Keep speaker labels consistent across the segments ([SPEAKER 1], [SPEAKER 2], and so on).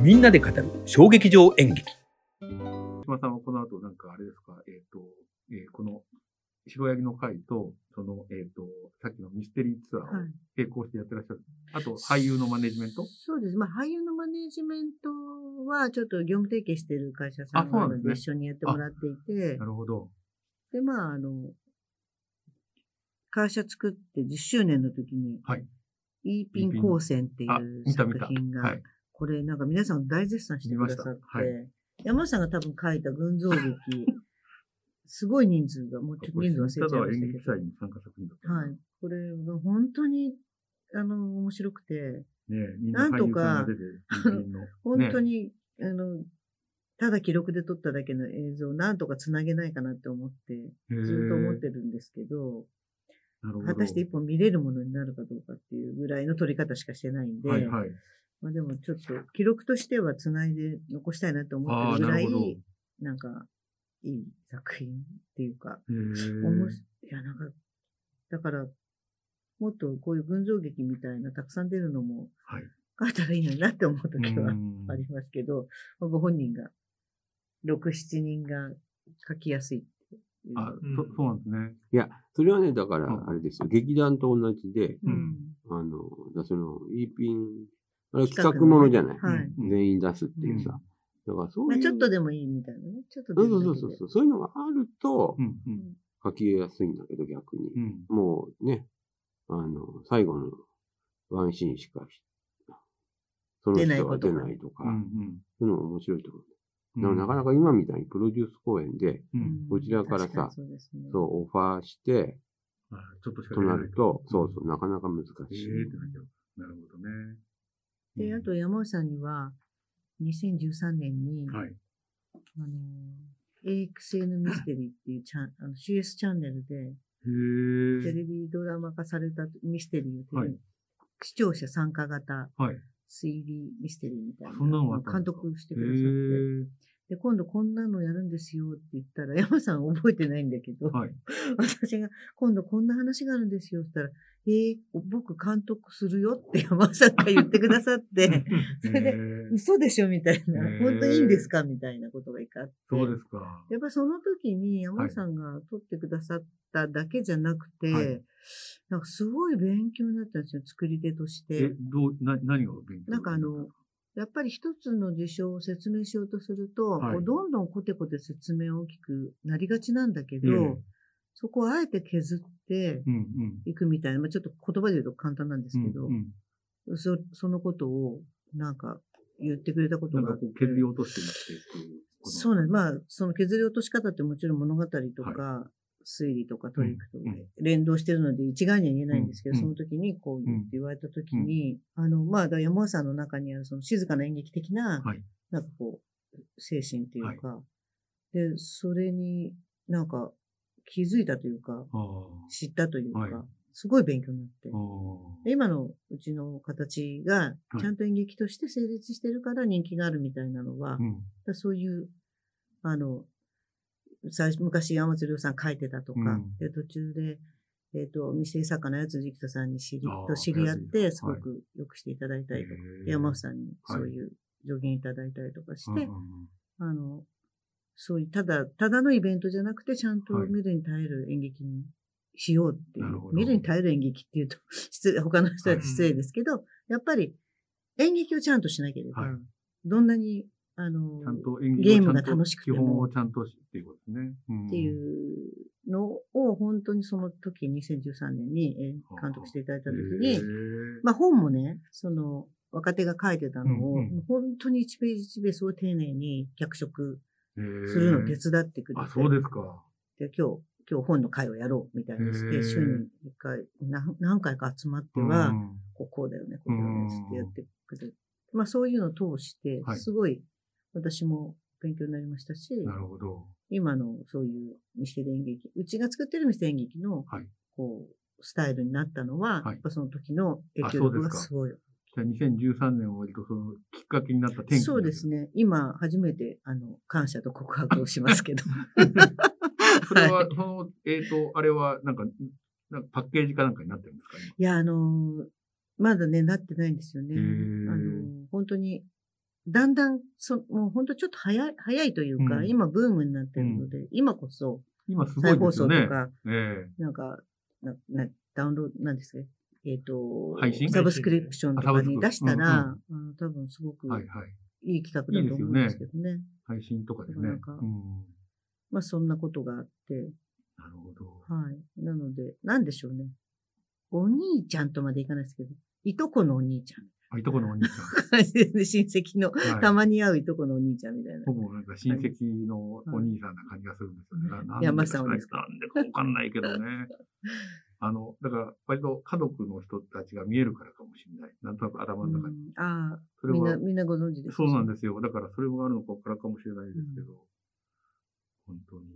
[SPEAKER 1] みんなで語る小劇場演劇。
[SPEAKER 2] 島さんはこの後なんかあれですか、えっ、と、えーこの、白ヤギの会と、その、えっ、と、さっきのミステリーツアーを
[SPEAKER 3] はい
[SPEAKER 2] 並行してやってらっしゃる。あと、俳優のマネジメント
[SPEAKER 3] そうです。まあ、俳優のマネジメントは、ちょっと業務提携してる会社さんな
[SPEAKER 2] あそうなんで
[SPEAKER 3] の
[SPEAKER 2] すね
[SPEAKER 3] で、一緒にやってもらっていて
[SPEAKER 2] な、るほど。
[SPEAKER 3] で、まあ、あの、会社作って10周年の時に、
[SPEAKER 2] はい
[SPEAKER 3] イーピン光線ってい
[SPEAKER 2] あ、
[SPEAKER 3] う
[SPEAKER 2] 見た見
[SPEAKER 3] 作
[SPEAKER 2] た。
[SPEAKER 3] 品が、
[SPEAKER 2] はい。
[SPEAKER 3] これなんか皆さん大絶賛してくださっ
[SPEAKER 2] 見
[SPEAKER 3] て、
[SPEAKER 2] ました
[SPEAKER 3] 山下さんが多分書いた群像劇、 すごい人数が、もうちょっと人数忘れちゃいま
[SPEAKER 2] ただ
[SPEAKER 3] し
[SPEAKER 2] 演
[SPEAKER 3] た
[SPEAKER 2] 劇
[SPEAKER 3] けど。
[SPEAKER 2] 祭に参加作品だった。
[SPEAKER 3] はい。これが本当に、あの、面白くて、
[SPEAKER 2] ねえみんな俳優さんが出て、人間の。
[SPEAKER 3] 本当
[SPEAKER 2] ね
[SPEAKER 3] に、あの、ただ記録で撮っただけの映像をなんとかつなげないかなって思って、
[SPEAKER 2] え
[SPEAKER 3] ずっと思ってるんですけど、
[SPEAKER 2] なるほど。
[SPEAKER 3] 果たして一本見れるものになるかどうかっていうぐらいの撮り方しかしてないんで、
[SPEAKER 2] はいはい。
[SPEAKER 3] まあでもちょっと記録としてはつないで残したいなと思
[SPEAKER 2] あ
[SPEAKER 3] っ
[SPEAKER 2] あ、
[SPEAKER 3] てるぐ
[SPEAKER 2] な
[SPEAKER 3] ら
[SPEAKER 2] る
[SPEAKER 3] い
[SPEAKER 2] ほ、ど。
[SPEAKER 3] なんか、いい作品っていうか、
[SPEAKER 2] へ
[SPEAKER 3] おもし
[SPEAKER 2] ー
[SPEAKER 3] いや、なんか、だから、もっとこういう群像劇みたいなたくさん出るのも、
[SPEAKER 2] はい
[SPEAKER 3] 書いたらいいのになって思う時は
[SPEAKER 2] うん
[SPEAKER 3] ありますけど、まあご本人が、6、7人が書きやすいっていうの
[SPEAKER 2] あ、そそうなんですね。
[SPEAKER 4] いや、それはね、だから
[SPEAKER 2] う、ん
[SPEAKER 4] あれですよ。劇団と同じで、
[SPEAKER 2] うん
[SPEAKER 4] あの、だその、イーピン、あれは企
[SPEAKER 3] 企
[SPEAKER 4] 画
[SPEAKER 3] 画
[SPEAKER 4] も
[SPEAKER 3] の
[SPEAKER 4] の
[SPEAKER 3] ね
[SPEAKER 4] じゃない。
[SPEAKER 3] はい
[SPEAKER 2] うん
[SPEAKER 4] 全員出すっていうさ。だからそう
[SPEAKER 3] ま
[SPEAKER 4] い
[SPEAKER 3] あ
[SPEAKER 4] う。
[SPEAKER 3] ちょっとでもいいみたいなね。ちょっとで
[SPEAKER 4] そう
[SPEAKER 3] も
[SPEAKER 4] そうそうそう。そういうのがあると
[SPEAKER 2] う、ん、うん、
[SPEAKER 4] 書きやすいんだけど、逆に。
[SPEAKER 2] うん。
[SPEAKER 4] もうね、あの、最後のワンシーンしかし、その
[SPEAKER 3] 出ない
[SPEAKER 4] 人
[SPEAKER 3] こ
[SPEAKER 4] は
[SPEAKER 3] と
[SPEAKER 4] 出
[SPEAKER 3] が
[SPEAKER 4] ないとか
[SPEAKER 2] う、ん、
[SPEAKER 4] そういうのが面白いと思う。
[SPEAKER 2] うん。
[SPEAKER 4] だからなかなか今みたいにプロデュース公演で、
[SPEAKER 2] う。
[SPEAKER 3] うんん
[SPEAKER 4] こちらからさ
[SPEAKER 3] 確にそうですね。
[SPEAKER 4] そう、オファーして、
[SPEAKER 2] あちょっとしか
[SPEAKER 4] と
[SPEAKER 2] 出れ
[SPEAKER 4] ないると、
[SPEAKER 2] う
[SPEAKER 4] そ
[SPEAKER 2] ん
[SPEAKER 4] うそう、なかなか難
[SPEAKER 2] え
[SPEAKER 4] しい。
[SPEAKER 2] えってなっちゃう。なるほどね。
[SPEAKER 3] で、あと山内さんには、2013年に、
[SPEAKER 2] はい。
[SPEAKER 3] あの、AXN ミステリーっていうチャン、あの CS チャンネルで、
[SPEAKER 2] へ
[SPEAKER 3] テ
[SPEAKER 2] え。
[SPEAKER 3] レビドラマ化されたミステリーをテレ
[SPEAKER 2] は
[SPEAKER 3] ビ、
[SPEAKER 2] い
[SPEAKER 3] 視聴者参加型
[SPEAKER 2] はい。
[SPEAKER 3] 推理ミステリーみたいな
[SPEAKER 2] そんなのがあったん
[SPEAKER 3] 監
[SPEAKER 2] ですか
[SPEAKER 3] 督して
[SPEAKER 2] へ
[SPEAKER 3] くださって、
[SPEAKER 2] え。
[SPEAKER 3] で、今度こんなのやるんですよって言ったら、 山さん覚えてないんだけど、
[SPEAKER 2] はい。
[SPEAKER 3] 私が今度こんな話があるんですよって言ったら、えー、僕監督するよって山さんが言ってくださ って、 それで
[SPEAKER 2] へー
[SPEAKER 3] 嘘でしょみたいな
[SPEAKER 2] へー、
[SPEAKER 3] 本当にいいんですかみたいなことが一回あって。
[SPEAKER 2] そうですか。
[SPEAKER 3] やっぱその時に山さんが撮ってくださっただけじゃなくて、
[SPEAKER 2] はい
[SPEAKER 3] なんかすごい勉強になったんですよ、作り手とし
[SPEAKER 2] え
[SPEAKER 3] て、。
[SPEAKER 2] どう、な、何を勉強
[SPEAKER 3] なんかあの、やっぱり一つの事象を説明しようとすると、
[SPEAKER 2] はい
[SPEAKER 3] こうどんどんコテコテ説明大きくなりがちなんだけど、
[SPEAKER 2] ええ
[SPEAKER 3] そこをあえて削って
[SPEAKER 2] うん、うん。
[SPEAKER 3] いくみたいな、まあ、ちょっと言葉で言うと簡単なんですけど、
[SPEAKER 2] うんうん
[SPEAKER 3] そそのことをなんか言ってくれたこと
[SPEAKER 2] なん
[SPEAKER 3] が
[SPEAKER 2] か
[SPEAKER 3] あって
[SPEAKER 2] こう削り落としていってっていうこと。
[SPEAKER 3] そうなんです。まあ、その削り落とし方ってもちろん物語とか、推理とかトリックとか
[SPEAKER 2] うんうん
[SPEAKER 3] 連動してるので一概には言えないんですけ
[SPEAKER 2] う
[SPEAKER 3] ど、
[SPEAKER 2] ん
[SPEAKER 3] その時にこう言うって言われた時に、あの、まあ、だから山尾さんの中にあるその静かな演劇的な、
[SPEAKER 2] はい
[SPEAKER 3] なんかこう、精神っていうか、で、それになんか気づいたというか、
[SPEAKER 2] ああ。
[SPEAKER 3] 知ったというか、
[SPEAKER 2] はい
[SPEAKER 3] すごい勉強になって。
[SPEAKER 2] あ
[SPEAKER 3] で今のうちの形が
[SPEAKER 2] い、
[SPEAKER 3] ちゃんと演劇として成立してるから人気があるみたいなのは、
[SPEAKER 2] あ。うん。
[SPEAKER 3] だからそういう、あの、最初昔山本亮さん書いてたとか、
[SPEAKER 2] うん
[SPEAKER 3] で途中で、えっ、と、ミステリー作家のやつじきとさんに知り
[SPEAKER 2] あー
[SPEAKER 3] と知り合
[SPEAKER 2] あ
[SPEAKER 3] っ
[SPEAKER 2] りが
[SPEAKER 3] て、
[SPEAKER 2] と
[SPEAKER 3] す
[SPEAKER 2] う
[SPEAKER 3] ご
[SPEAKER 2] ございます
[SPEAKER 3] く良くしていただいたりとか、
[SPEAKER 2] へえ
[SPEAKER 3] 山本さんに
[SPEAKER 2] はい
[SPEAKER 3] そういう助言いただいたりとかして、
[SPEAKER 2] うんうんうん
[SPEAKER 3] あの、そういう、ただ、ただのイベントじゃなくて、ちゃんと
[SPEAKER 2] はい
[SPEAKER 3] 見るに耐える演劇にしようっていう。
[SPEAKER 2] なるほど
[SPEAKER 3] 見るに耐える演劇っていうと、 失礼、他の人たち失礼ですけど、やっぱり演劇をちゃんとしなければ、
[SPEAKER 2] はい
[SPEAKER 3] どんなに、あの、
[SPEAKER 2] ちゃんと演技
[SPEAKER 3] ゲームが楽しくて
[SPEAKER 2] 基
[SPEAKER 3] も
[SPEAKER 2] 本をちゃんとしっていうことですね。ん
[SPEAKER 3] っていうのを本当にその時2013年にえー監督していただいた時
[SPEAKER 2] へ
[SPEAKER 3] に
[SPEAKER 2] ー、
[SPEAKER 3] まあ本もね、その若手が書いてたのを、
[SPEAKER 2] うんうん
[SPEAKER 3] もう本当に1ページ1ページを丁寧に脚色
[SPEAKER 2] へー
[SPEAKER 3] するのを手伝ってくれて、
[SPEAKER 2] あ、そうですか。
[SPEAKER 3] で今日、今日本の会をやろうみたいにし
[SPEAKER 2] へー
[SPEAKER 3] て、週に1回何、何回か集まって
[SPEAKER 2] うん
[SPEAKER 3] は、こうこうだよね、こうだよね、つってやってくれる。まあそういうのを通して
[SPEAKER 2] は、い
[SPEAKER 3] すごい私も勉強になりましたし、
[SPEAKER 2] なるほど。
[SPEAKER 3] 今のそういう店で演劇、うちが作ってる店演劇の、
[SPEAKER 2] はい
[SPEAKER 3] こう、スタイルになったのは、
[SPEAKER 2] はい
[SPEAKER 3] やっぱその時の
[SPEAKER 2] あ
[SPEAKER 3] 影
[SPEAKER 2] そうで
[SPEAKER 3] 響
[SPEAKER 2] す
[SPEAKER 3] 力が
[SPEAKER 2] か
[SPEAKER 3] すごい。
[SPEAKER 2] じゃあ2013年を割とそのきっかけになった転機
[SPEAKER 3] そうです
[SPEAKER 2] ね。
[SPEAKER 3] ね。今、初めて、あの、感謝と告白をしま すけど。
[SPEAKER 2] それ
[SPEAKER 3] は、
[SPEAKER 2] はいその、えっ、と、あれは、なんか、なんかパッケージかなんかになってるんですかね。
[SPEAKER 3] いや、あのーまだね、なってないんですよね。
[SPEAKER 2] へ
[SPEAKER 3] あ
[SPEAKER 2] ー
[SPEAKER 3] のー本当に、だんだん、そもう本当ちょっと早い、早いというか、
[SPEAKER 2] うん
[SPEAKER 3] 今ブームになってるので、今こそ、
[SPEAKER 2] 今すご
[SPEAKER 3] 再
[SPEAKER 2] い
[SPEAKER 3] 放
[SPEAKER 2] です
[SPEAKER 3] 送
[SPEAKER 2] よ
[SPEAKER 3] と
[SPEAKER 2] ね。
[SPEAKER 3] か、
[SPEAKER 2] ええ
[SPEAKER 3] なんか、ななダウンロード、なんですかえっ、と、
[SPEAKER 2] 配信
[SPEAKER 3] サブスクリプションとかに出したら、あの多分すごく
[SPEAKER 2] はいはい。
[SPEAKER 3] いい企画だと思うんですけどね。
[SPEAKER 2] 配信とかでね。
[SPEAKER 3] なかなか
[SPEAKER 2] うん。
[SPEAKER 3] まあそんなことがあって、
[SPEAKER 2] なるほど。
[SPEAKER 3] はい。なので、なんでしょうね。お兄ちゃんとまでいかないですけど、いとこのお兄ちゃん。
[SPEAKER 2] あ、いとこのお兄ち
[SPEAKER 3] 感じですね親戚の、
[SPEAKER 2] ゃ ん。はい
[SPEAKER 3] たまに会ういとこのお兄ちゃんみたいな。
[SPEAKER 2] ほぼなんか親戚のお兄さんな感じがするんですよね。ななんで
[SPEAKER 3] 山さんです
[SPEAKER 2] なんでかわかんないけど ね。あの、だから、割と家族の人たちが見えるからかもしれない。なんとなく頭の中に。
[SPEAKER 3] うんあ
[SPEAKER 2] そ
[SPEAKER 3] あ、
[SPEAKER 2] れ
[SPEAKER 3] みんな、
[SPEAKER 2] は、
[SPEAKER 3] みんなご存知です
[SPEAKER 2] そうなん
[SPEAKER 3] す。
[SPEAKER 2] ですよ。だから、それもあるのかからかもしれないですけど。本当に。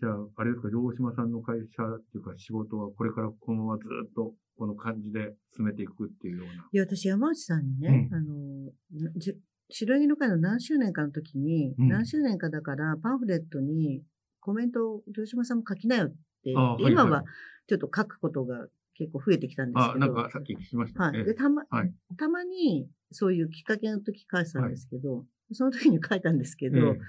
[SPEAKER 2] じゃあ、あれですか、城島さんの会社っていうか仕事はこれからこのままずっとこの感じで進めていくっていうような。
[SPEAKER 3] いや、私、山内さんにね、
[SPEAKER 2] う
[SPEAKER 3] あの、じゅ白木の会の何周年かの時に、
[SPEAKER 2] うん
[SPEAKER 3] 何周年かだから、パンフレットにコメントを、城島さんも書きなよって言
[SPEAKER 2] あ
[SPEAKER 3] っ
[SPEAKER 2] ー
[SPEAKER 3] て、
[SPEAKER 2] いい
[SPEAKER 3] 今はちょっと書くことが結構増えてきたんです
[SPEAKER 2] あ、
[SPEAKER 3] けど。
[SPEAKER 2] なんかさっき聞きました
[SPEAKER 3] はい。
[SPEAKER 2] ね。
[SPEAKER 3] で、たま、
[SPEAKER 2] はい
[SPEAKER 3] たまに、そういうきっかけの時返したんですけど、その時に書いたんですけど、
[SPEAKER 2] ええ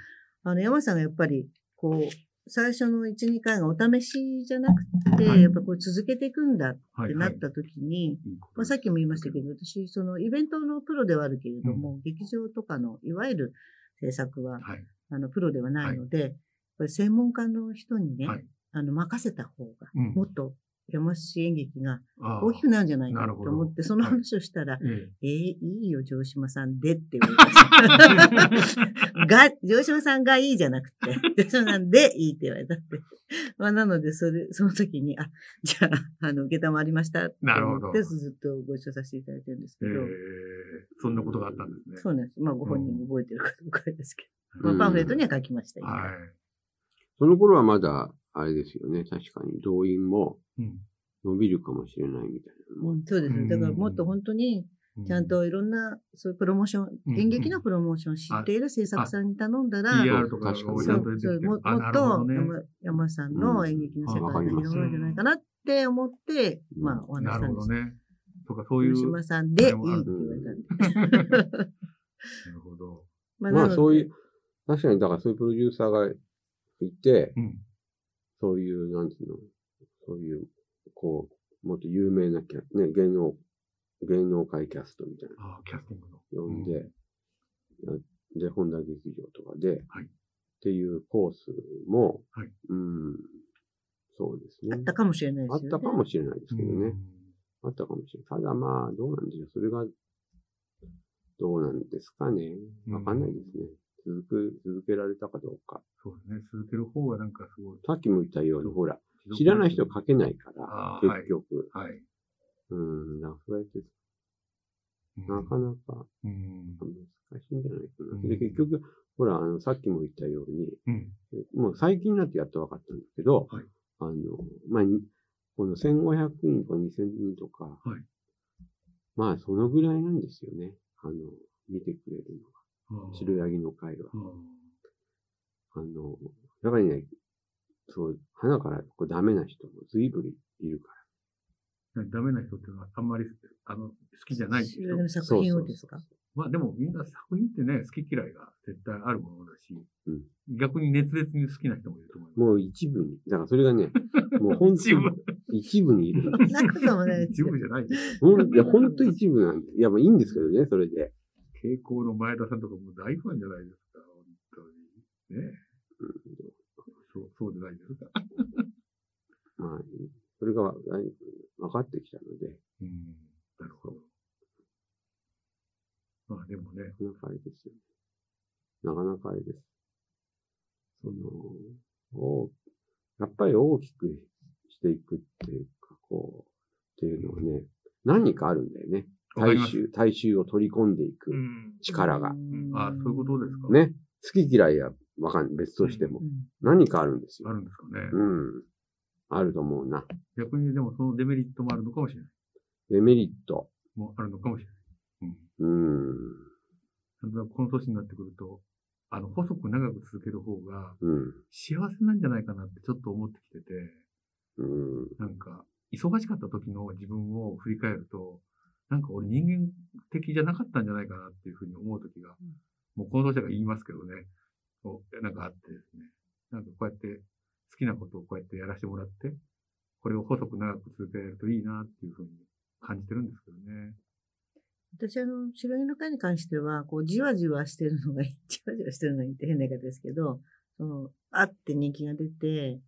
[SPEAKER 3] あの、山さんがやっぱり、こう、最初の1、2回がお試しじゃなくて、
[SPEAKER 2] はい
[SPEAKER 3] やっぱこう続けていくんだっ
[SPEAKER 2] は
[SPEAKER 3] て
[SPEAKER 2] い
[SPEAKER 3] な
[SPEAKER 2] は
[SPEAKER 3] っ
[SPEAKER 2] い。
[SPEAKER 3] た時
[SPEAKER 2] い
[SPEAKER 3] に、
[SPEAKER 2] いこと
[SPEAKER 3] まあ、
[SPEAKER 2] です
[SPEAKER 3] さっきも言いましたけど、私、そのイベントのプロではあるけれども、劇場とかの、いわゆる制作は、
[SPEAKER 2] はい。
[SPEAKER 3] あの、プロではないので、やっぱり専門家の人にね、
[SPEAKER 2] はい
[SPEAKER 3] あの、任せた方が、
[SPEAKER 2] うん
[SPEAKER 3] もっと山梨演劇が
[SPEAKER 2] ああ
[SPEAKER 3] 大きくなるんじゃないか
[SPEAKER 2] な
[SPEAKER 3] と
[SPEAKER 2] るほど
[SPEAKER 3] 思って、その
[SPEAKER 2] はい
[SPEAKER 3] 話をし たら、
[SPEAKER 2] え
[SPEAKER 3] えー、いいよ、城島さんでって言われました。が、城島さんがいいじゃなくて、城島さんでいいって言われたって。まあ、なので、それ、その時に、あ、じゃあ、あの、下駄もありましたって
[SPEAKER 2] なるほ
[SPEAKER 3] 思
[SPEAKER 2] ど
[SPEAKER 3] って、ずっとご一緒させていただいてるんです
[SPEAKER 2] え
[SPEAKER 3] けど、
[SPEAKER 2] そんなことがあったんですね。
[SPEAKER 3] そうなんです。まあ、ご本人覚えてるかどうかですけど、
[SPEAKER 4] うん
[SPEAKER 3] まあ、パンフレットには書きました。
[SPEAKER 2] は
[SPEAKER 4] その頃はまだ、あれですよね。確かに動員も
[SPEAKER 2] い。
[SPEAKER 4] 伸びるかもしれないみたいなのも
[SPEAKER 3] う。んそうですね。だから、もっと本当に、
[SPEAKER 2] う
[SPEAKER 3] ちゃん、といろんな、そういうプロモーション、演劇のプロモーションを知っている制作さんに頼んだら、
[SPEAKER 2] PR とか
[SPEAKER 4] そう
[SPEAKER 3] そ
[SPEAKER 4] こ
[SPEAKER 3] う
[SPEAKER 4] になん
[SPEAKER 3] そうも
[SPEAKER 2] あ、
[SPEAKER 3] も
[SPEAKER 2] な
[SPEAKER 3] っ
[SPEAKER 2] るほど
[SPEAKER 3] と
[SPEAKER 2] ね。
[SPEAKER 3] 山山さんの演劇の世界が広がるんじゃないかなって思って、
[SPEAKER 4] うん
[SPEAKER 3] まあお話し
[SPEAKER 2] なる
[SPEAKER 3] し
[SPEAKER 2] ほ
[SPEAKER 3] たんで
[SPEAKER 2] ど
[SPEAKER 3] す。
[SPEAKER 2] ね。とか、そういう。
[SPEAKER 3] 広島さんでいいって言われたんで。
[SPEAKER 2] なるほど。
[SPEAKER 3] ま
[SPEAKER 4] まあそうい
[SPEAKER 3] なので
[SPEAKER 4] う、確かにだからそういうプロデューサーがいて、
[SPEAKER 2] うん。
[SPEAKER 4] そういう、なんていうの、そういう、こう、もっと有名なキャね、芸能、芸能界キャストみたいな
[SPEAKER 2] あキャスティングの。
[SPEAKER 4] の呼んで、で、本田劇場とかで、
[SPEAKER 2] はい
[SPEAKER 4] っていうコースも、
[SPEAKER 2] はい
[SPEAKER 4] うん、そうですね
[SPEAKER 3] あ。ったかもしれないで
[SPEAKER 4] あっ
[SPEAKER 3] すよ、ね。
[SPEAKER 4] たかもしれないですけどね。あったかもしれない。ただまあ、どうなんでしょう。それが、どうなんですかね。わかんないですね。続く、続けられたかどうか。
[SPEAKER 2] そうですね。続ける方がなんかすごい。
[SPEAKER 4] さっきも言ったように、ほら、知らない人は書けないから
[SPEAKER 2] あ、ー
[SPEAKER 4] 結局。
[SPEAKER 2] はい。
[SPEAKER 4] うん、だからそうやって、なかなか
[SPEAKER 2] うん。
[SPEAKER 4] 難しいんじゃないかな。
[SPEAKER 2] うん
[SPEAKER 4] で、結局、ほら、あの、さっきも言ったように、
[SPEAKER 2] うん。
[SPEAKER 4] もう最近になってやっと分かったんだけど、
[SPEAKER 2] はい
[SPEAKER 4] あの、まあ、にこの1500人とか2000人とか、
[SPEAKER 2] はい
[SPEAKER 4] まあ、そのぐらいなんですよね。あの、見てくれるのが。白ヤギの会は。あの、やっぱりね、そう、花からこうダメな人も随分いるか
[SPEAKER 2] ダメな人っていうのはあんまり、あの、好きじゃないって
[SPEAKER 3] でも
[SPEAKER 2] 人。
[SPEAKER 4] ら。
[SPEAKER 3] 作品をですか
[SPEAKER 4] そう
[SPEAKER 2] まあでもみんな作品ってね、好き嫌いが絶対あるものだし、
[SPEAKER 4] うん
[SPEAKER 2] 逆に熱烈に好きな人もいると思います。
[SPEAKER 4] もう一部に、だからそれ がね、もう本当
[SPEAKER 2] 一
[SPEAKER 4] に一部にいるんです
[SPEAKER 3] そんなこともないです
[SPEAKER 2] 一
[SPEAKER 3] よ
[SPEAKER 2] 部。じゃないです。
[SPEAKER 4] ほんいや、本当一部なんで。いや、まあいいんですけどね、それで。
[SPEAKER 2] 傾向の前田さんとかもう大ファンじゃないですか、本当に。ねそう、そうじゃないですか。
[SPEAKER 4] まあ、それがわ分かってきたので、
[SPEAKER 2] うん。なるほど。まあでもね、
[SPEAKER 4] なかなかあれですよね。なかなかあれです。その、おやっぱり大きくしていくっていうか、こう、っていうのはね、何かあるんだよね。
[SPEAKER 2] わかり
[SPEAKER 4] 大
[SPEAKER 2] ます。
[SPEAKER 4] 衆、大衆を取り込んでいく
[SPEAKER 2] うん。
[SPEAKER 4] 力が。
[SPEAKER 2] あそういうことですか。。
[SPEAKER 4] ね。好き嫌いはわかんない。別としても
[SPEAKER 3] う。ん
[SPEAKER 4] 何かあるんです
[SPEAKER 2] あ
[SPEAKER 4] よ。
[SPEAKER 2] るんですかね。
[SPEAKER 4] うん。あると思うな。
[SPEAKER 2] 逆にでもそのデメリットもあるのかもしれない。
[SPEAKER 4] デメリット。
[SPEAKER 2] もうあるのかもしれない。うん。
[SPEAKER 4] うん。
[SPEAKER 2] なんとなくこの年になってくると、あの、細く長く続ける方が
[SPEAKER 4] うん。
[SPEAKER 2] 幸せなんじゃないかなってちょっと思ってきてて、
[SPEAKER 4] うん。
[SPEAKER 2] なんか、忙しかった時の自分を振り返ると、なんか俺人間的じゃなかったんじゃないかなっていうふうに思うときが、もう行動者が言いますけどね、こうなんかあってですね、なんかこうやって好きなことをこうやってやらせてもらって、これを細く長く続けられるといいなっていうふうに感じてるんですけどね。
[SPEAKER 3] 私あの、白毛の会に関しては、こう、じわじわしてるのがいい、 じわじわしてるのがいいって変な言い方ですけど、その、あって人気が出て、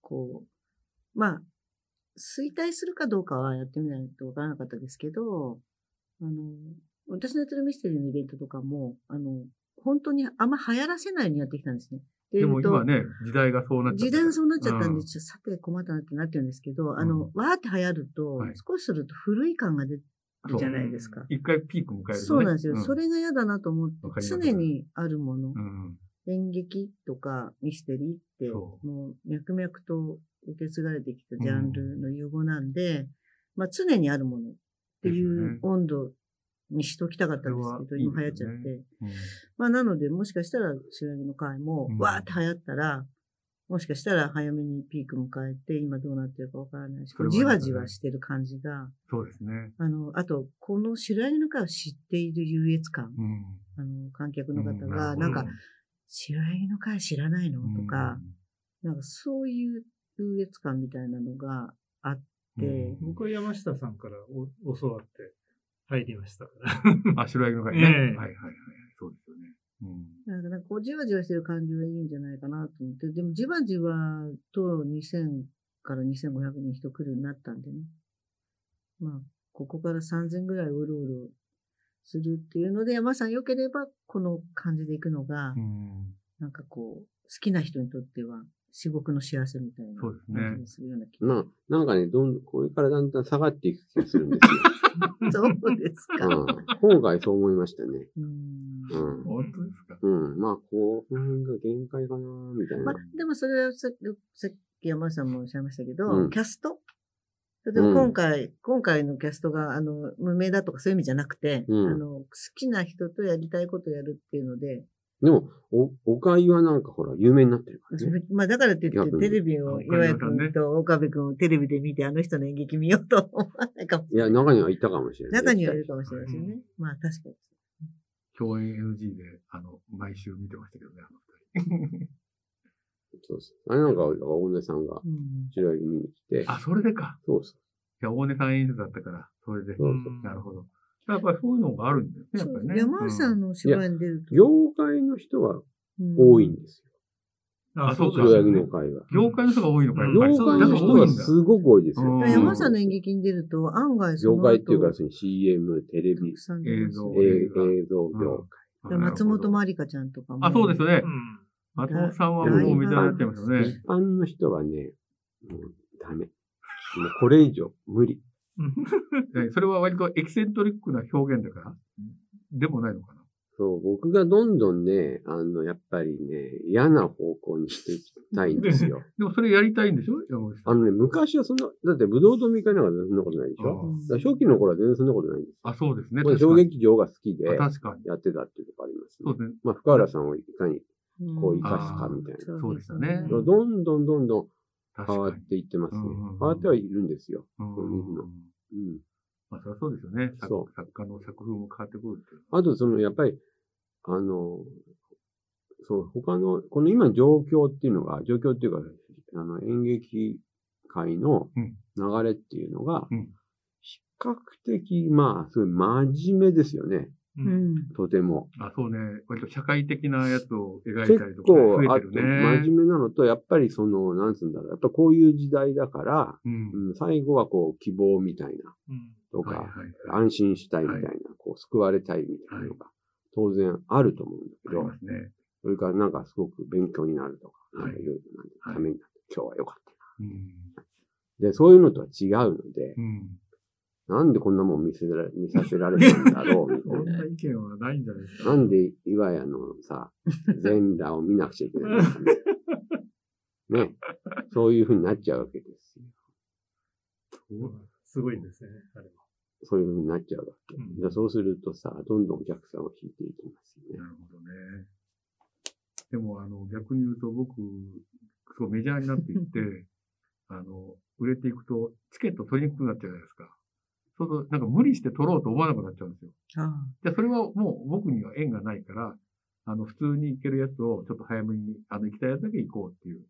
[SPEAKER 3] こう、まあ、衰退するかどうかはやってみないとわからなかったですけど、あの、私のやってるミステリーのイベントとかも、あの、本当にあんま流行らせないようにやってきたんですね。
[SPEAKER 2] でも今ね、時代がそうなっちゃった。
[SPEAKER 3] 時代がそうなっちゃったんで、ちょっとさて困ったなってなってるんですけど、あの、わーって流行ると、少しすると古い感が出て、じゃないですか。
[SPEAKER 2] 一回ピーク迎える、ね、
[SPEAKER 3] そうなんですよ。うん、それが嫌だなと思って、常にあるもの、うん、演劇とかミステリーって、もう脈々と受け継がれてきたジャンルの融合なんで、うん、まあ常にあるものっていう温度にしときたかったんですけど、ね、今流行っちゃって。いいね、まあなので、もしかしたら白木の会も、わーって流行ったら、もしかしたら早めにピーク迎えて、今どうなってるかわからないし、じわじわしてる感じが。
[SPEAKER 2] そうですね。。
[SPEAKER 3] あの、あと、この白柳の会を知っている優越感。うん、あの、観客の方が、うん、なんか、白柳の会知らないのとか、うん、なんかそういう優越感みたいなのがあって。
[SPEAKER 5] 僕は山下さんから教わって入りましたから
[SPEAKER 2] あ、白柳の会ね。えー、はいはいはい。そうですよね。
[SPEAKER 3] だからこうじわじわしてる感じはいいんじゃないかなと思って、でもじわじわと2000から2500人人来るようになったんでね。まあ、ここから3000ぐらいうろうろするっていうので、山さん良ければこの感じで行くのが、なんかこう、好きな人にとっては至極の幸せみたいな
[SPEAKER 2] 感じがす
[SPEAKER 3] るような気
[SPEAKER 4] が、ね、まあ、なんかね、どん、これからだんだん下がっていく気がするんですよ。
[SPEAKER 3] そうですか。
[SPEAKER 4] うん。今回そう思いましたね。
[SPEAKER 2] うん。本当ですか
[SPEAKER 4] うん。まあ、この辺が限界かな、みたいな。まあ、
[SPEAKER 3] でもそれはさっき山さんもおっしゃいましたけど、うん、キャスト例えば今回、うん、今回のキャストが、あの、無名だとかそういう意味じゃなくて、うん、あの、好きな人とやりたいことやるっていうので、
[SPEAKER 4] でも、お、おかゆはなんかほら、有名になってるから
[SPEAKER 3] ね。まあだからって言って、テレビを、岩井君と岡部君をテレビで見て、あの人の演劇見ようと思わないかもし
[SPEAKER 4] れない。いや、中にはいたかもしれない。
[SPEAKER 3] 中にはいるかもしれないですよね。うん、まあ確かに。
[SPEAKER 2] 共演 NG で、あの、毎週見てましたけどね、。
[SPEAKER 4] あの二人。そうです。あれなんか、大根さんが、白井見に来て、うん
[SPEAKER 2] あ、それでか。
[SPEAKER 4] そうそ
[SPEAKER 2] い
[SPEAKER 4] う。
[SPEAKER 2] や、大根さん演出だったから、それで。そうそう。なるほど。やっぱりそういうのがあるんですね。ね
[SPEAKER 3] 山内さんの芝居に出ると。
[SPEAKER 4] 業界の人は多いんです
[SPEAKER 2] よ。あ、そう
[SPEAKER 4] か。白柳の会は。
[SPEAKER 2] 業界の人が多いのか、
[SPEAKER 4] 業界の人はすごく多いですよ。
[SPEAKER 3] 山内さんの演劇に出ると、案外
[SPEAKER 4] 業界っていうか、CM、テレビ、映像、映像業
[SPEAKER 3] 界。松本まりかちゃんとかも。
[SPEAKER 2] あ、そうですね。松本さんはもう見たなってますよね。
[SPEAKER 4] 一般の人はね、もうダメ。もうこれ以上無理。
[SPEAKER 2] それは割とエキセントリックな表現だから、でもないのかな。
[SPEAKER 4] そう、僕がどんどんね、あの、やっぱりね、嫌な方向にしていきたいんですよ。
[SPEAKER 2] でもそれやりたいんでしょ山口
[SPEAKER 4] さん。あのね、昔はそんな、だって武道と見会なんかそんなことないでしょだ初期の頃は全然そんなことないんです
[SPEAKER 2] あ、そうですね。
[SPEAKER 4] 小劇場が好きで、
[SPEAKER 2] 確かに。
[SPEAKER 4] やってたっていうとこあります
[SPEAKER 2] ね。そうですね。
[SPEAKER 4] まあ、深浦さんをいかに、こう、生かすかみたい
[SPEAKER 2] な。そうですね。
[SPEAKER 4] どんどんどんどん、変わっていってますね。変わってはいるんですよ。うん。
[SPEAKER 2] まあ、そりゃそうですよね。そう。作家の作風も変わってくる
[SPEAKER 4] あと、その、やっぱり、あの、そう、他の、この今状況っていうのが、状況っていうか、あの、演劇界の流れっていうのが、比較的、まあ、すごい真面目ですよね。うん、とても。
[SPEAKER 2] あ、そうね。割と社会的なやつを描いたりとか、
[SPEAKER 4] ね、結構、
[SPEAKER 2] あ
[SPEAKER 4] と、真面目なのと、やっぱりその、なんつうんだろう。やっぱこういう時代だから、うん、最後はこう、希望みたいな、うん、とか、はいはい、安心したいみたいな、はい、こう、救われたいみたいなのが、当然あると思うんだけど、はい
[SPEAKER 2] ね、
[SPEAKER 4] それからなんかすごく勉強になるとか、なんかいろいろためになって、今日は良かったな、うん、で、そういうのとは違うので、うんなんでこんなもん見せられ、見させられたんだろうみたいな。
[SPEAKER 2] そ んな意見はないんじゃないです
[SPEAKER 4] か。なんで岩屋の さ、全裸を見なくちゃいけないんだね。ね。そういうふうになっちゃうわけです
[SPEAKER 5] よ。すごいですね、あれは。
[SPEAKER 4] そういうふうになっちゃうわけ。うん、そうするとさ、どんどんお客さんを引いていきます
[SPEAKER 2] ね。なるほどね。でも、あの、逆に言うと僕、そう、メジャーになっていって、あの、売れていくと、チケット取りにくくなっちゃうじゃないですか。そうすると、なんか無理して取ろうと思わなくなっちゃうんですよ。
[SPEAKER 3] ああ
[SPEAKER 2] じゃあそれはもう僕には縁がないから、あの、普通に行けるやつをちょっと早めに、あの、行きたいやつだけ行こうっていう。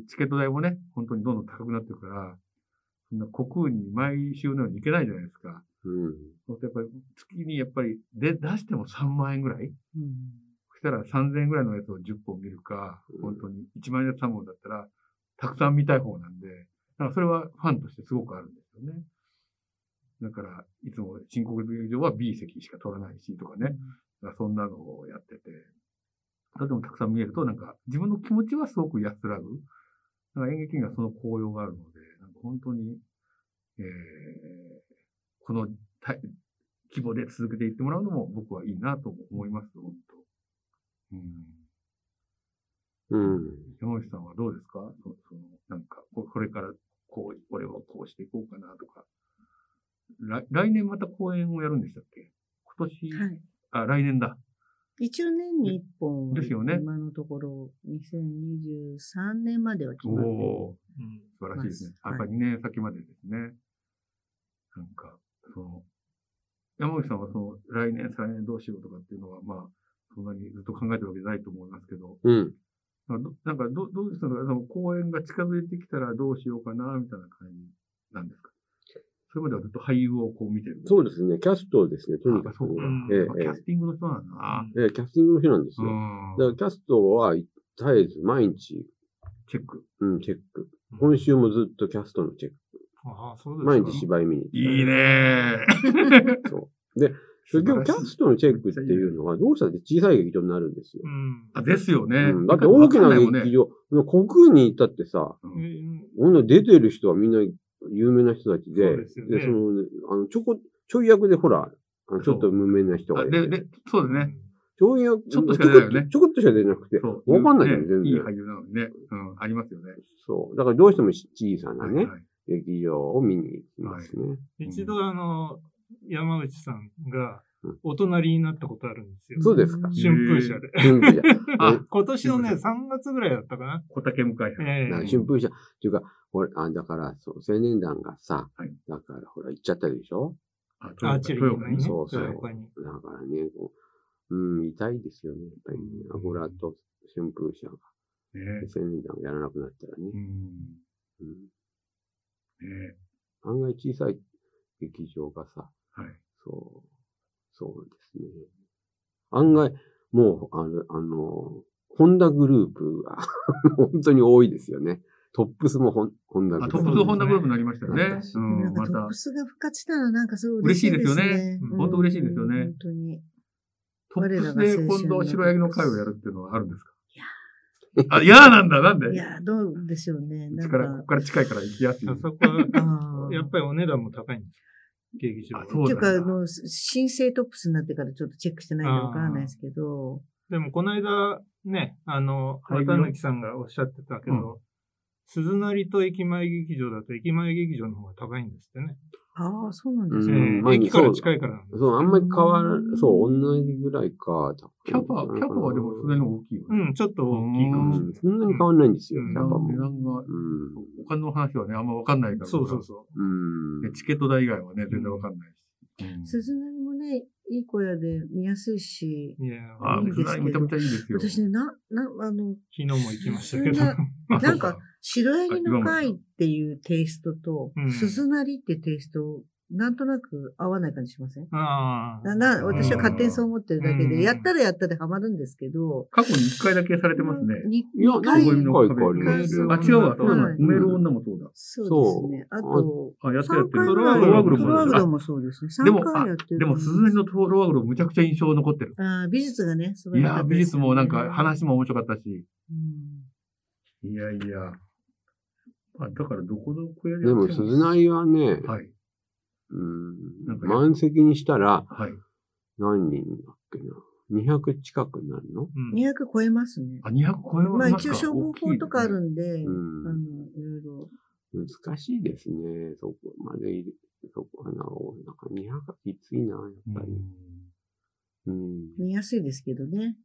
[SPEAKER 2] で、チケット代もね、本当にどんどん高くなってるから、そんな国空に毎週のように行けないじゃないですか。
[SPEAKER 4] うん。
[SPEAKER 2] そうするとやっぱり月にやっぱり、で、出しても3万円ぐらい
[SPEAKER 3] うん
[SPEAKER 2] そしたら3000円ぐらいのやつを10本見るか、本当に1万円で3本だったら、たくさん見たい方なんで、だからそれはファンとしてすごくあるんですよね。だから、いつも新国立劇場は B 席しか取らないしとかね、だからそんなのをやってて、それでもたくさん見えると、なんか自分の気持ちはすごく安らぐ。だから演劇にはその効用があるので、なんか本当に、えー、このた規模で続けていってもらうのも僕はいいなと思います、本当。うん
[SPEAKER 4] うん。
[SPEAKER 2] 山口さんはどうですかそその、なんか、ここれから、こう、これをこうしていこうかなとか。来、来年また公演をやるんでしたっけ今年、
[SPEAKER 3] はい。
[SPEAKER 2] あ、来年だ。
[SPEAKER 3] 一応年に一本は
[SPEAKER 2] ですよね
[SPEAKER 3] 今のところ、2023年までは決
[SPEAKER 2] お
[SPEAKER 3] まってる
[SPEAKER 2] お
[SPEAKER 5] うん
[SPEAKER 2] ー、素晴らしいですね。
[SPEAKER 3] ま
[SPEAKER 2] や
[SPEAKER 3] す
[SPEAKER 2] っぱ2年先までですね。なんか、その、山口さんはその、来年、再来年どうしようとかっていうのは、まあ、そんなにずっと考えてるわけじゃないと思いますけど、
[SPEAKER 4] うん。
[SPEAKER 2] まあどなんかど、どうですかその公演が近づいてきたらどうしようかな、みたいな感じなんですかそれまではずっと俳優をこう見てる。
[SPEAKER 4] そうですね。キャストをですね、とにか
[SPEAKER 2] あ
[SPEAKER 4] く
[SPEAKER 2] そうか
[SPEAKER 5] うん
[SPEAKER 4] ええ
[SPEAKER 2] やっぱキャスティングの人なんだな。
[SPEAKER 4] ええ、キャスティングの日なんです
[SPEAKER 2] う
[SPEAKER 4] よ。
[SPEAKER 2] ん
[SPEAKER 4] だからキャストは絶えず毎日、
[SPEAKER 2] チェック。
[SPEAKER 4] うん、チェック。今週もずっとキャストのチェック。
[SPEAKER 5] ああ、そうです
[SPEAKER 4] 毎日芝居見に行ったり
[SPEAKER 2] いいね
[SPEAKER 4] そう。で、
[SPEAKER 2] 素
[SPEAKER 4] 結
[SPEAKER 2] 晴
[SPEAKER 4] 局
[SPEAKER 2] ら
[SPEAKER 4] キ
[SPEAKER 2] しい
[SPEAKER 4] ャストのチェックっていうのは、どうしたって小さい劇場になるんですよ
[SPEAKER 5] う。ん。
[SPEAKER 2] あですよね。
[SPEAKER 4] うん、だって大きな
[SPEAKER 2] わかんいもん
[SPEAKER 4] 劇
[SPEAKER 2] ね
[SPEAKER 4] 場、国空に行ったってさ、
[SPEAKER 2] う
[SPEAKER 5] うんん
[SPEAKER 4] ほんの出てる人はみんな有名な人たちで、
[SPEAKER 5] そうですよね
[SPEAKER 4] その、あの、ちょこ、ちょい役でほら、あのちょっと無名な人が
[SPEAKER 2] あ
[SPEAKER 4] い
[SPEAKER 2] で、
[SPEAKER 4] て
[SPEAKER 2] で、そうですね。
[SPEAKER 4] ちょい役、
[SPEAKER 2] ちょっとしか出ないよね
[SPEAKER 4] ちょこっとちょこっとしか出なくて、
[SPEAKER 2] そう。
[SPEAKER 4] わかんないよね、
[SPEAKER 2] ね
[SPEAKER 4] 全
[SPEAKER 2] いい
[SPEAKER 4] 然
[SPEAKER 2] 俳優なのにね。うん、ありますよね。
[SPEAKER 4] そう。だからどうしても小さな
[SPEAKER 2] は
[SPEAKER 4] ね、
[SPEAKER 2] いはい。
[SPEAKER 4] 劇場を見に行きますね。
[SPEAKER 5] 一度あの、山口さんが
[SPEAKER 4] うん
[SPEAKER 5] お隣になったことあるんですよ。
[SPEAKER 4] そうですか
[SPEAKER 3] ん
[SPEAKER 5] 春風 社で。
[SPEAKER 4] 春風車。
[SPEAKER 2] あ、
[SPEAKER 5] 今年のね、
[SPEAKER 2] 春
[SPEAKER 5] 3月ぐらいだったかな。
[SPEAKER 2] 小竹向井派。
[SPEAKER 5] ええ
[SPEAKER 4] な春風車っていうか、ほら、あだから、そう、青年団がさ、
[SPEAKER 2] はい
[SPEAKER 4] だから、ほら、行っちゃったでしょ
[SPEAKER 2] あ、
[SPEAKER 5] アーチェリーのね。
[SPEAKER 2] 豊
[SPEAKER 4] そうそう
[SPEAKER 5] 豊岡に
[SPEAKER 4] だからね、こう、うん、痛いですよね、やっぱりね。
[SPEAKER 2] うん
[SPEAKER 4] アゴラと春風車が、
[SPEAKER 2] 岡ね。
[SPEAKER 4] 青年団がやらなくなったらね
[SPEAKER 2] う、ん。
[SPEAKER 4] うん
[SPEAKER 2] ね
[SPEAKER 4] 案外小さい劇場がさ、
[SPEAKER 2] はい。
[SPEAKER 4] そう、そうですね。案外、もう、あの、あの、ホンダグループが 本当に多いですよね。トップスもホンホンダグ
[SPEAKER 2] あ、
[SPEAKER 4] ルー
[SPEAKER 2] ト
[SPEAKER 4] プ。
[SPEAKER 2] ップスホンダグループになりましたよね
[SPEAKER 4] なった。し
[SPEAKER 2] うん、ま
[SPEAKER 3] なんかトッ
[SPEAKER 2] た
[SPEAKER 3] プ。スが復活したらなんかすごい
[SPEAKER 2] 嬉しいですよね
[SPEAKER 5] うん
[SPEAKER 2] 本当嬉しいですよね
[SPEAKER 3] 本当に。
[SPEAKER 2] トップスで今度白ヤギの会をやるっていうのはあるんですか
[SPEAKER 3] いや
[SPEAKER 2] あ、嫌なんだ、なんで
[SPEAKER 3] いや、どうでしょうね。な
[SPEAKER 2] うんちから、こ
[SPEAKER 3] か
[SPEAKER 2] こ、から近いから行きやすい。
[SPEAKER 5] あそこは、
[SPEAKER 3] ああ
[SPEAKER 5] やっぱりお値段も高いんですよ。劇場
[SPEAKER 2] あ
[SPEAKER 5] は。
[SPEAKER 2] そう
[SPEAKER 3] っていうか、あ
[SPEAKER 2] なんだ
[SPEAKER 3] の、新生トップスになってからちょっとチェックしてないからわからないですけど、
[SPEAKER 5] でも、この間、ね、あの、
[SPEAKER 2] はい
[SPEAKER 5] 綿貫さんがおっしゃってたけど、鈴なりと駅前劇場だと駅前劇場の方が高いんですってね。
[SPEAKER 3] ああ、そうなん
[SPEAKER 4] う
[SPEAKER 3] です
[SPEAKER 4] ん
[SPEAKER 3] ね。
[SPEAKER 5] え
[SPEAKER 4] まあ
[SPEAKER 5] え駅から
[SPEAKER 4] そう
[SPEAKER 5] 近いからなんです
[SPEAKER 4] そう、あんまり変わら、そう、同じぐらいか。
[SPEAKER 2] キャパ、キャパはでもそれ
[SPEAKER 4] に、
[SPEAKER 2] の大きいよ
[SPEAKER 5] う
[SPEAKER 2] ね。
[SPEAKER 5] ん、ちょっと大きいかもしれ
[SPEAKER 4] うんそんなに変わんないんですよ、
[SPEAKER 5] う
[SPEAKER 4] キ
[SPEAKER 5] ん
[SPEAKER 4] ャ
[SPEAKER 2] 値
[SPEAKER 4] パ
[SPEAKER 2] 段
[SPEAKER 4] も。
[SPEAKER 2] 値段が、
[SPEAKER 4] うん。
[SPEAKER 2] お金の話はね、あんまわかんないか
[SPEAKER 5] な
[SPEAKER 2] ら。
[SPEAKER 5] い。そうそうそう。
[SPEAKER 4] うん。
[SPEAKER 2] ねチケット代以外はね、全然わかんないし。うん
[SPEAKER 3] 鈴なりもね、いい小屋で見やすいし、
[SPEAKER 5] いやー、
[SPEAKER 2] あ、
[SPEAKER 3] いいんです
[SPEAKER 2] 別
[SPEAKER 3] けど
[SPEAKER 2] にめちゃめちゃいいですよ。
[SPEAKER 3] 私ね、な、な、あの、
[SPEAKER 5] 昨日も行きましたけど。
[SPEAKER 3] 鈴な
[SPEAKER 2] あ
[SPEAKER 3] なんか
[SPEAKER 2] そう
[SPEAKER 3] 白ヤギの会っていうテイストと
[SPEAKER 5] う、ん
[SPEAKER 3] 鈴なりってテイスト、なんとなく合わない感じしません
[SPEAKER 5] ああ。
[SPEAKER 3] なな私は勝手にそう思ってるだけ
[SPEAKER 5] うん
[SPEAKER 3] で、やったらやったでハマるんですけど、
[SPEAKER 2] 過去に一回だけされてますね。
[SPEAKER 3] に
[SPEAKER 4] いや、
[SPEAKER 3] 回
[SPEAKER 4] 何回かあり
[SPEAKER 2] り
[SPEAKER 4] ま
[SPEAKER 2] ますす
[SPEAKER 4] よ。
[SPEAKER 2] あ、違うわ。そうだ
[SPEAKER 3] はい
[SPEAKER 2] 埋める女もそうだ。
[SPEAKER 3] そうですね。あと、
[SPEAKER 2] あ、やってやっ
[SPEAKER 3] 3
[SPEAKER 2] て
[SPEAKER 3] 回
[SPEAKER 2] る。
[SPEAKER 3] ぐ
[SPEAKER 5] ロ
[SPEAKER 3] ら
[SPEAKER 5] ワ
[SPEAKER 3] い。
[SPEAKER 5] グ
[SPEAKER 3] ロ
[SPEAKER 5] ロ
[SPEAKER 3] ワ
[SPEAKER 5] もそうだ
[SPEAKER 3] グロもそうですね。
[SPEAKER 2] で
[SPEAKER 3] 3
[SPEAKER 2] も、あ
[SPEAKER 3] 回やってる。
[SPEAKER 2] でも、鈴木のトロワグロむちゃくちゃ印象残ってる。
[SPEAKER 3] あー美術がね、素
[SPEAKER 2] い
[SPEAKER 3] 晴らしか
[SPEAKER 2] やー、
[SPEAKER 3] った
[SPEAKER 2] 美
[SPEAKER 3] です
[SPEAKER 2] 術
[SPEAKER 3] よね
[SPEAKER 2] もなんか、話も面白かったし。
[SPEAKER 3] うん
[SPEAKER 2] いやいや。あ、だからどこの小屋で
[SPEAKER 4] でも、鈴なりはね、
[SPEAKER 2] はい。
[SPEAKER 4] うん
[SPEAKER 2] なん、か
[SPEAKER 4] 満席にしたら、
[SPEAKER 2] はい。
[SPEAKER 4] 何人だっけな。200近くになるの
[SPEAKER 5] うん
[SPEAKER 3] 200超えますね。
[SPEAKER 2] あ、200超え
[SPEAKER 3] ま
[SPEAKER 2] ま
[SPEAKER 3] あ
[SPEAKER 2] すか
[SPEAKER 3] 一応消防法とかあるんで、
[SPEAKER 4] うん
[SPEAKER 3] あの、いろいろ。
[SPEAKER 4] 難しいですね。そこまで入れ、そこはな、なんか200きついな、やっぱり。うん。
[SPEAKER 3] 見やすいですけどね。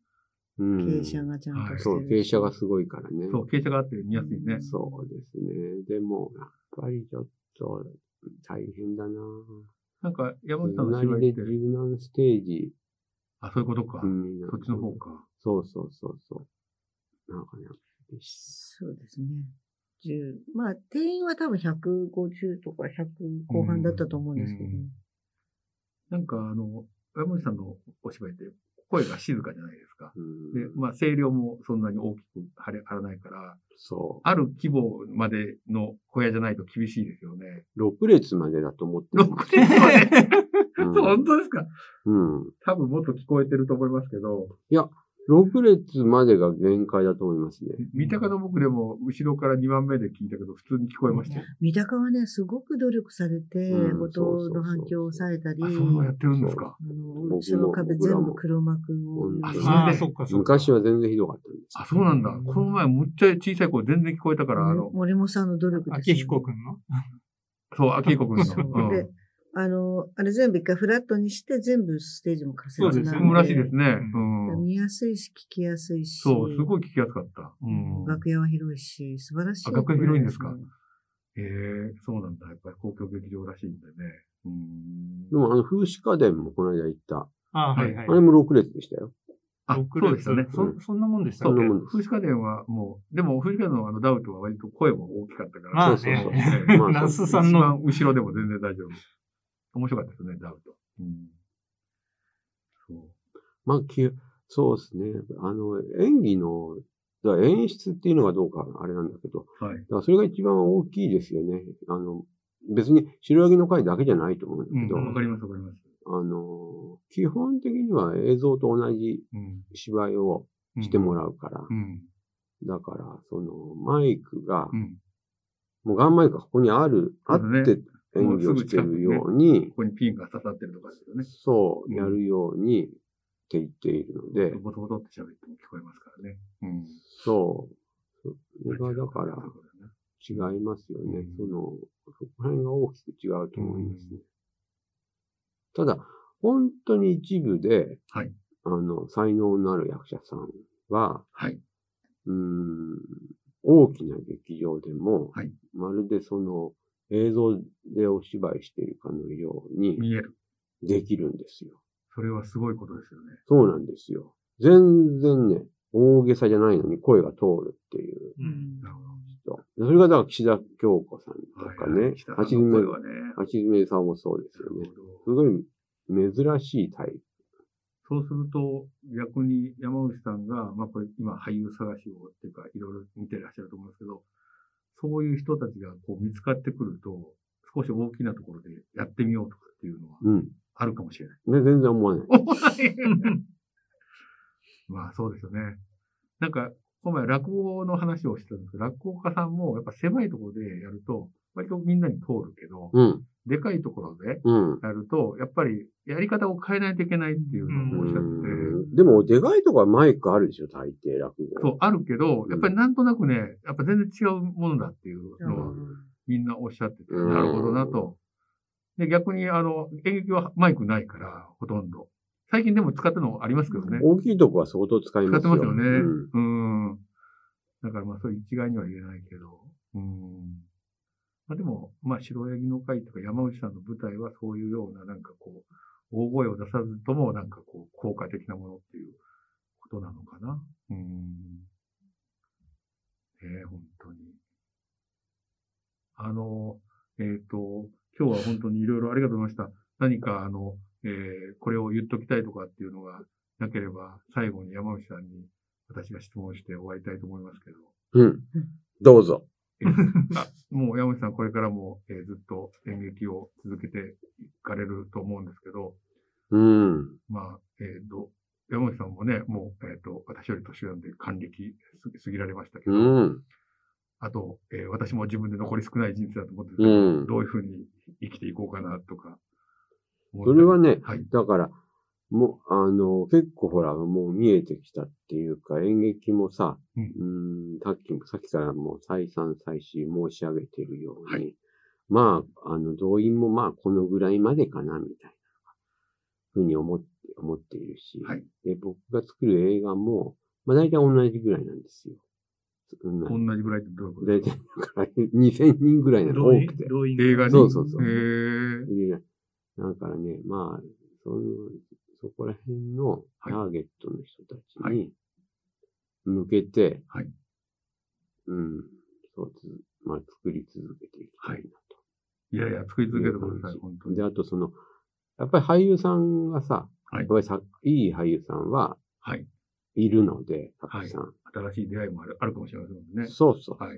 [SPEAKER 4] うん
[SPEAKER 3] 傾斜がちゃんとしてるし。
[SPEAKER 4] そう、傾斜がすごいからね。
[SPEAKER 2] そう、傾斜があって見やすいね。
[SPEAKER 4] そうですね。でも、やっぱりちょっと、大変だな
[SPEAKER 2] なんか、山口さ
[SPEAKER 4] ぁ。
[SPEAKER 2] んの
[SPEAKER 4] な
[SPEAKER 2] 芝
[SPEAKER 4] り
[SPEAKER 2] 居
[SPEAKER 4] で
[SPEAKER 2] って、
[SPEAKER 4] 柔軟ステージ。
[SPEAKER 2] あ、そういうことか。
[SPEAKER 4] うん
[SPEAKER 2] そっちの方か。
[SPEAKER 4] そうそうそうそう。なんかね、
[SPEAKER 3] そうですね。10まあ、定員は多分150とか100後半だったと思うんですけどね。
[SPEAKER 2] なんか、あの、山口さんのお芝居って、声が静かじゃないですか。
[SPEAKER 4] う
[SPEAKER 2] で
[SPEAKER 4] ん、、
[SPEAKER 2] まあ、声量もそんなに大きく張れ張らないから、
[SPEAKER 4] そ
[SPEAKER 2] ある規模までの小屋じゃないと厳しいですよね。
[SPEAKER 4] う。6列までだと思って
[SPEAKER 2] 6
[SPEAKER 4] ます
[SPEAKER 2] 人まで
[SPEAKER 4] うん
[SPEAKER 2] 本当ですか
[SPEAKER 4] うん。
[SPEAKER 2] 多分もっと聞こえてると思いますけど、
[SPEAKER 4] 6列までが限界だと思いますね。
[SPEAKER 2] 三鷹の僕でも後ろから2番目で聞いたけど、普通に聞こえましたよ。
[SPEAKER 3] 三鷹はね、すごく努力されて、
[SPEAKER 4] うん
[SPEAKER 3] 音の反響を抑えたり、
[SPEAKER 2] あ、
[SPEAKER 3] あ
[SPEAKER 2] そんなやってるんですか
[SPEAKER 3] の、後ろの壁
[SPEAKER 4] 僕
[SPEAKER 3] 全
[SPEAKER 4] らも
[SPEAKER 3] 部黒幕を
[SPEAKER 4] うん。
[SPEAKER 2] あそれ
[SPEAKER 5] ああ、
[SPEAKER 2] で
[SPEAKER 5] そっか、そっか。
[SPEAKER 4] 昔は全然ひどかったんです。
[SPEAKER 2] あ、そうなんだ。この前むっちゃ小さい子全然聞こえたから、あの、
[SPEAKER 3] 森本さんの努力です
[SPEAKER 5] 明
[SPEAKER 3] よね
[SPEAKER 5] 彦くんの
[SPEAKER 2] そう、秋彦君
[SPEAKER 3] そう
[SPEAKER 2] の。
[SPEAKER 3] で、あの、あれ全部一回フラットにして、全部ステージも重
[SPEAKER 5] そう
[SPEAKER 3] ね
[SPEAKER 5] で
[SPEAKER 3] て
[SPEAKER 5] す
[SPEAKER 2] う
[SPEAKER 5] よ
[SPEAKER 2] ん。
[SPEAKER 5] ね
[SPEAKER 2] らしいですね。う。
[SPEAKER 5] うん
[SPEAKER 3] 見やすいし、聞きやすいし。
[SPEAKER 2] そう、すごい聞きやすかった。うん。
[SPEAKER 3] 楽屋は広いし、素晴らしい。
[SPEAKER 2] あ楽屋広いんですかへえそうなんだ。やっぱり公共劇場らしいんでね。うん
[SPEAKER 4] で。も、あの、風刺家電もこの間行った。
[SPEAKER 5] ああ、はいは
[SPEAKER 4] あ
[SPEAKER 5] い。
[SPEAKER 4] れも6列でしたよ。
[SPEAKER 2] あ、
[SPEAKER 5] 六
[SPEAKER 2] そうでしたね。
[SPEAKER 5] そ、そんなもんでした
[SPEAKER 4] そ
[SPEAKER 5] っ
[SPEAKER 4] ん
[SPEAKER 5] け
[SPEAKER 4] なもんです。
[SPEAKER 2] 風刺家電はもう、でも風刺家電のあのダウトは割と声も大きかったから。
[SPEAKER 5] まあ
[SPEAKER 4] そうそうそう
[SPEAKER 5] ね、
[SPEAKER 4] ま あ
[SPEAKER 5] 那須さん
[SPEAKER 2] 一
[SPEAKER 5] の
[SPEAKER 2] 番後ろでも全然大丈夫。面白かったですね、ダウト。うん。そう。
[SPEAKER 4] まあ、きそうですね。あの、演技の、だから演出っていうのがどうか、あれなんだけど、
[SPEAKER 2] はい。
[SPEAKER 4] だからそれが一番大きいですよね。あの、別に白柳の会だけじゃないと思うんだけど、
[SPEAKER 5] うん
[SPEAKER 2] わかります、わかります。
[SPEAKER 4] あの、基本的には映像と同じ
[SPEAKER 2] うん。
[SPEAKER 4] 芝居をしてもらうから、
[SPEAKER 2] うん。
[SPEAKER 4] だから、その、マイクが、
[SPEAKER 2] うん。
[SPEAKER 4] もうガンマイクがここにある、あ
[SPEAKER 2] そ
[SPEAKER 4] っ
[SPEAKER 2] うだね
[SPEAKER 4] て演技をしてるように、
[SPEAKER 2] ここにピンが刺さってるとかですよね。
[SPEAKER 4] そう、
[SPEAKER 2] うん
[SPEAKER 4] やるようにって言っているので、
[SPEAKER 2] ボトボトって喋っても聞こえますからね。うん。
[SPEAKER 4] そう。それがだから違いますよね。
[SPEAKER 2] うん
[SPEAKER 4] その、そこら辺が大きく違うと思いますね。ただ、本当に一部で、
[SPEAKER 2] はい
[SPEAKER 4] あの、才能のある役者さんは、
[SPEAKER 2] はい。
[SPEAKER 4] うーん、大きな劇場でも、
[SPEAKER 2] はい
[SPEAKER 4] まるでその、映像でお芝居しているかのように
[SPEAKER 2] 見える。
[SPEAKER 4] できるんですよ。
[SPEAKER 2] それはすごいことですよね。
[SPEAKER 4] そうなんですよ。全然ね、大げさじゃないのに声が通るっていう
[SPEAKER 5] うん
[SPEAKER 2] なるほど。
[SPEAKER 4] 人。それがだから岸田京子さんとか
[SPEAKER 2] はいは
[SPEAKER 4] ね
[SPEAKER 2] い北、
[SPEAKER 4] 橋
[SPEAKER 2] さんの声
[SPEAKER 4] 爪
[SPEAKER 2] はね。
[SPEAKER 4] 橋爪さんもそうです
[SPEAKER 2] なる
[SPEAKER 4] よ
[SPEAKER 2] ほ
[SPEAKER 4] ね。
[SPEAKER 2] ど
[SPEAKER 4] すごい珍しいタイプ。
[SPEAKER 2] そうすると、逆に山口さんが、まあこれ今俳優探しをっていうか、いろいろ見てらっしゃると思うんですけど、そういう人たちがこう見つかってくると、少し大きなところでやってみようとかっていうのは
[SPEAKER 4] うん。ね、
[SPEAKER 2] あるかもしれ ない。
[SPEAKER 4] 全然思わない。
[SPEAKER 2] まあそうですよね。なんか、この前落語の話をしてたんですけど、落語家さんもやっぱ狭いところでやると、割とみんなに通るけど、
[SPEAKER 4] うん。
[SPEAKER 2] でかいところで
[SPEAKER 4] うん。
[SPEAKER 2] やると、やっぱりやり方を変えないといけないっていうのをおっしゃってて、
[SPEAKER 4] うんでも、でかいとこはマイクあるでしょ、大抵落語。
[SPEAKER 2] そう、あるけど
[SPEAKER 4] う、ん
[SPEAKER 2] やっぱりなんとなくね、やっぱ全然違うものだっていう
[SPEAKER 3] うん。
[SPEAKER 2] のをみんなおっしゃってて、
[SPEAKER 4] うん
[SPEAKER 2] なるほどなと。で、逆に、あの、演劇はマイクないから、ほとんど。最近でも使ってるのありますけどね。
[SPEAKER 4] 大きいとこは相当使い
[SPEAKER 2] 使
[SPEAKER 4] ま
[SPEAKER 2] っ
[SPEAKER 4] す
[SPEAKER 2] て
[SPEAKER 4] よ。
[SPEAKER 2] ますよね。
[SPEAKER 4] うん
[SPEAKER 2] うん。だからまあ、それ一概には言えないけど。うん。まあでも、まあ、白柳の会とか山内さんの舞台はそういうような、なんかこう、大声を出さずとも、なんかこう、効果的なものっていうことなのかな。うん。ええ本当に。あの、えっ、と、今日は本当にいろいろありがとうございました。何かあの、えーこれを言っときたいとかっていうのがなければ、最後に山口さんに私が質問して終わりたいと思いますけど。
[SPEAKER 4] うん。どうぞ。
[SPEAKER 2] あもう山口さんこれからも、えーずっと演劇を続けていかれると思うんですけど、
[SPEAKER 4] うん。
[SPEAKER 2] まあ、えーど山口さんもね、もう、えっ、と、私より年上なんで還暦す過ぎられましたけど、
[SPEAKER 4] うん。
[SPEAKER 2] あと、えー私も自分で残り少ない人生だと思ってるけ
[SPEAKER 4] う
[SPEAKER 2] ど、
[SPEAKER 4] ん。
[SPEAKER 2] どういうふうに生きていこうかなとか。
[SPEAKER 4] それはね、
[SPEAKER 2] はい。
[SPEAKER 4] だから、もう、あの、結構ほら、もう見えてきたっていうか、演劇もさ、
[SPEAKER 2] う
[SPEAKER 4] うんん、さっきも、さっきからもう再三再四申し上げてるように、
[SPEAKER 2] は
[SPEAKER 4] まあ、あの、動員もまあ、このぐらいまでかな、みたいな、ふうに思って、思っているし、
[SPEAKER 2] はい
[SPEAKER 4] で、僕が作る映画も、まあ、大体同じぐらいなんですよ。そんな
[SPEAKER 2] 同じぐらいってどういうこと
[SPEAKER 4] 大体、だから、2000人ぐらいなの多
[SPEAKER 5] 動員
[SPEAKER 4] くて。
[SPEAKER 5] 動員
[SPEAKER 2] 映画に。
[SPEAKER 4] そうそうそ
[SPEAKER 2] へ
[SPEAKER 4] う
[SPEAKER 2] ー
[SPEAKER 4] いやだからね、まあ、そういう、そこら辺のターゲットの人たちに向けて、
[SPEAKER 2] はい
[SPEAKER 4] うん、そうつ、まあ、作り続けていきたいなと。
[SPEAKER 2] いやいや、作り続けてください、本当に。
[SPEAKER 4] で、あとその、やっぱり俳優さんがさ、
[SPEAKER 2] はい
[SPEAKER 4] やっぱりさいい俳優さんは
[SPEAKER 2] はい。
[SPEAKER 4] いるので、たくさん。
[SPEAKER 2] 新しい出会いもあるあるかもしれませんもんね。
[SPEAKER 4] そうそうそう、
[SPEAKER 2] はい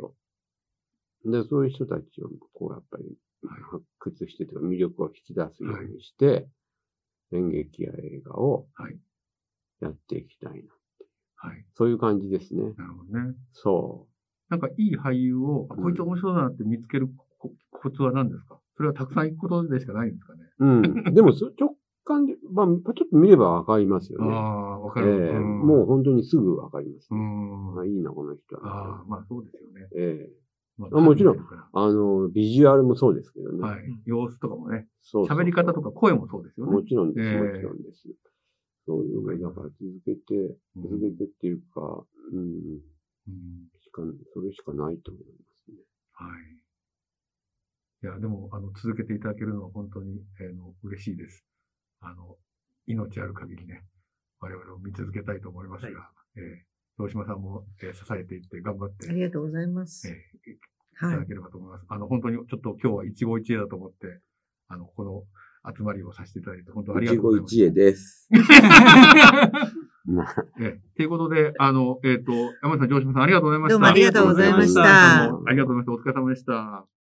[SPEAKER 4] で、そういう人たちを、こう、やっぱり
[SPEAKER 2] はい
[SPEAKER 4] 発掘してというか、魅力を引き出すようにして、演劇や映画を
[SPEAKER 2] はい
[SPEAKER 4] やっていきたいな。
[SPEAKER 2] はい。
[SPEAKER 4] そういう感じですね。
[SPEAKER 2] なるほどね。
[SPEAKER 4] そ
[SPEAKER 2] なんか、いい俳優を、あ
[SPEAKER 4] うん
[SPEAKER 2] こいつ面白いなって見つけるココツは何ですかそれはたくさん行くことでしかないんですかね。
[SPEAKER 4] う。 うん。でも、そ直感で、まあ、ちょっと見ればわかりますよ
[SPEAKER 2] あ
[SPEAKER 4] ね。
[SPEAKER 2] あ、わ
[SPEAKER 4] え
[SPEAKER 2] かる。
[SPEAKER 4] え
[SPEAKER 2] うん
[SPEAKER 4] もう本当にすぐわかります
[SPEAKER 2] う
[SPEAKER 4] ね、
[SPEAKER 2] ん。
[SPEAKER 4] あいいな、この人
[SPEAKER 2] ああ
[SPEAKER 4] は。、
[SPEAKER 2] まあそうですよね。
[SPEAKER 4] ええ
[SPEAKER 2] ま
[SPEAKER 4] あもちろん
[SPEAKER 2] 感じてるか
[SPEAKER 4] あの、ビジュアルもそうですけどね。
[SPEAKER 2] らはい。様子とかもね、
[SPEAKER 4] そうそう
[SPEAKER 2] 喋り方とか声もそうですよ
[SPEAKER 4] も
[SPEAKER 2] ね。
[SPEAKER 4] ちろんです、
[SPEAKER 2] ええ
[SPEAKER 4] もちろんです。そういうのをだから続けて、
[SPEAKER 2] うん
[SPEAKER 4] 続けてっていうか、うん、
[SPEAKER 2] うん
[SPEAKER 4] しか、それしかないと思いますね。
[SPEAKER 2] はい。いや、でも、あの、続けていただけるのは本当に、えーの、嬉しいです。あの、命ある限りね、我々を見続けたいと思いますが、えー、東島さんも、えー支えていって頑張って
[SPEAKER 3] ありがとうございます。
[SPEAKER 2] えい
[SPEAKER 3] は
[SPEAKER 2] た
[SPEAKER 3] い
[SPEAKER 2] だ。ければと思います。あの、本当にちょっと今日は一期一会だと思って、あの、この集まりをさせていただいて、本当にありがとうございます。
[SPEAKER 4] 一期一 会です。
[SPEAKER 2] ええということで、あの、えっ、と、山田さん、城島さん、ありがとうございました。
[SPEAKER 3] どうもありがとうございました
[SPEAKER 2] どうもありがとうございました。お疲れ様でした。